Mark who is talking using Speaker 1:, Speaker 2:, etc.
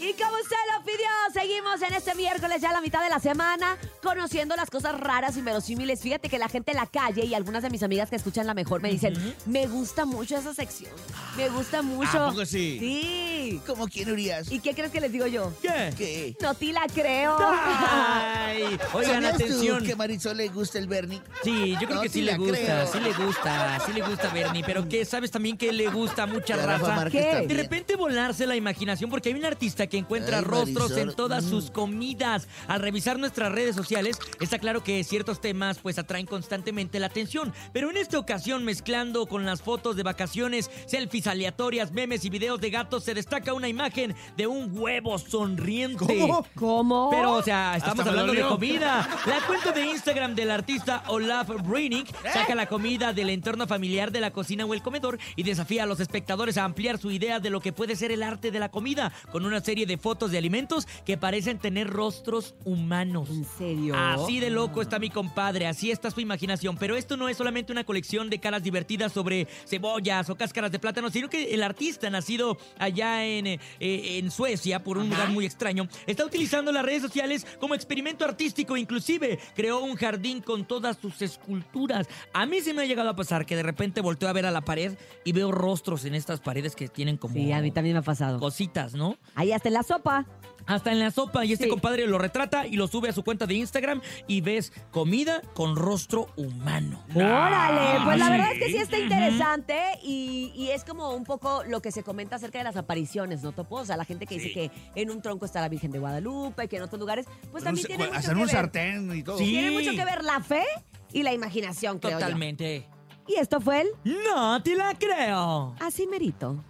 Speaker 1: Y como usted lo pidió, seguimos en este miércoles ya a la mitad de la semana conociendo las cosas raras y verosímiles. Fíjate que la gente en la calle y algunas de mis amigas que escuchan la mejor me dicen, me gusta mucho esa sección, me gusta mucho.
Speaker 2: ¿A poco sí?
Speaker 1: Sí.
Speaker 3: ¿Cómo quién Urias?
Speaker 1: ¿Y qué crees que les digo yo?
Speaker 2: ¿Qué?
Speaker 3: ¿Qué?
Speaker 1: No te la creo.
Speaker 2: Ah, Ay, oigan,
Speaker 3: ¿Sabías tú
Speaker 2: atención.
Speaker 3: que a Marisol le gusta el Bernie?
Speaker 2: Sí, yo creo
Speaker 3: No,
Speaker 2: que sí,
Speaker 3: sí
Speaker 2: le
Speaker 3: la
Speaker 2: gusta,
Speaker 3: creo.
Speaker 2: sí le gusta, sí le gusta Bernie, pero que sabes también que le gusta a mucha
Speaker 3: Y a Rafa
Speaker 2: raza.
Speaker 3: Márquez
Speaker 1: ¿Qué?
Speaker 3: también.
Speaker 2: De repente volarse la imaginación, porque hay un artista que encuentra
Speaker 3: Ay,
Speaker 2: rostros
Speaker 3: Marisol,
Speaker 2: en todas
Speaker 3: mm.
Speaker 2: sus comidas. Al revisar nuestras redes sociales, está claro que ciertos temas pues atraen constantemente la atención. Pero en esta ocasión, mezclando con las fotos de vacaciones, selfies aleatorias, memes y videos de gatos, se destaca una imagen de un huevo sonriente.
Speaker 1: ¿Cómo? ¿Cómo?
Speaker 2: Pero, o sea, estamos
Speaker 4: me
Speaker 2: hablando de
Speaker 4: dolió.
Speaker 2: comida. La cuenta de Instagram del artista Olaf Brinick saca la comida del entorno familiar de la cocina o el comedor y desafía a los espectadores a ampliar su idea de lo que puede ser el arte de la comida con una serie de fotos de alimentos que parecen tener rostros humanos.
Speaker 1: ¿En serio?
Speaker 2: Así de loco está mi compadre, así está su imaginación. Pero esto no es solamente una colección de caras divertidas sobre cebollas o cáscaras de plátano, sino que el artista nacido allá en, eh, eh, en Suecia, por un lugar muy extraño, está utilizando las redes sociales como experimento artístico. Inclusive creó un jardín con todas sus esculturas. A mí se me ha llegado a pasar que de repente volteo a ver a la pared y veo rostros en estas paredes que tienen como
Speaker 1: Sí, a mí también me ha pasado.
Speaker 2: cositas, ¿no?
Speaker 1: Ahí hasta en la sopa.
Speaker 2: Hasta en la sopa. Y este
Speaker 1: Sí.
Speaker 2: compadre lo retrata y lo sube a su cuenta de Instagram y ves comida con rostro humano.
Speaker 1: Órale, pues la
Speaker 4: Ah, sí.
Speaker 1: verdad es que sí está interesante y, y es como un poco lo que se comenta acerca de las apariciones, ¿no, Topo? O sea, la gente que dice
Speaker 4: Sí.
Speaker 1: que en un tronco está la Virgen de Guadalupe, que en otros lugares, pues
Speaker 4: Con un-
Speaker 1: también tiene
Speaker 4: con-
Speaker 1: mucho
Speaker 4: hacen
Speaker 1: que
Speaker 4: un
Speaker 1: ver.
Speaker 4: sartén y todo.
Speaker 2: Sí.
Speaker 1: Tiene mucho que ver la fe y la imaginación, creo yo.
Speaker 2: Totalmente.
Speaker 1: Y esto fue el
Speaker 2: No te la creo.
Speaker 1: Así Merito.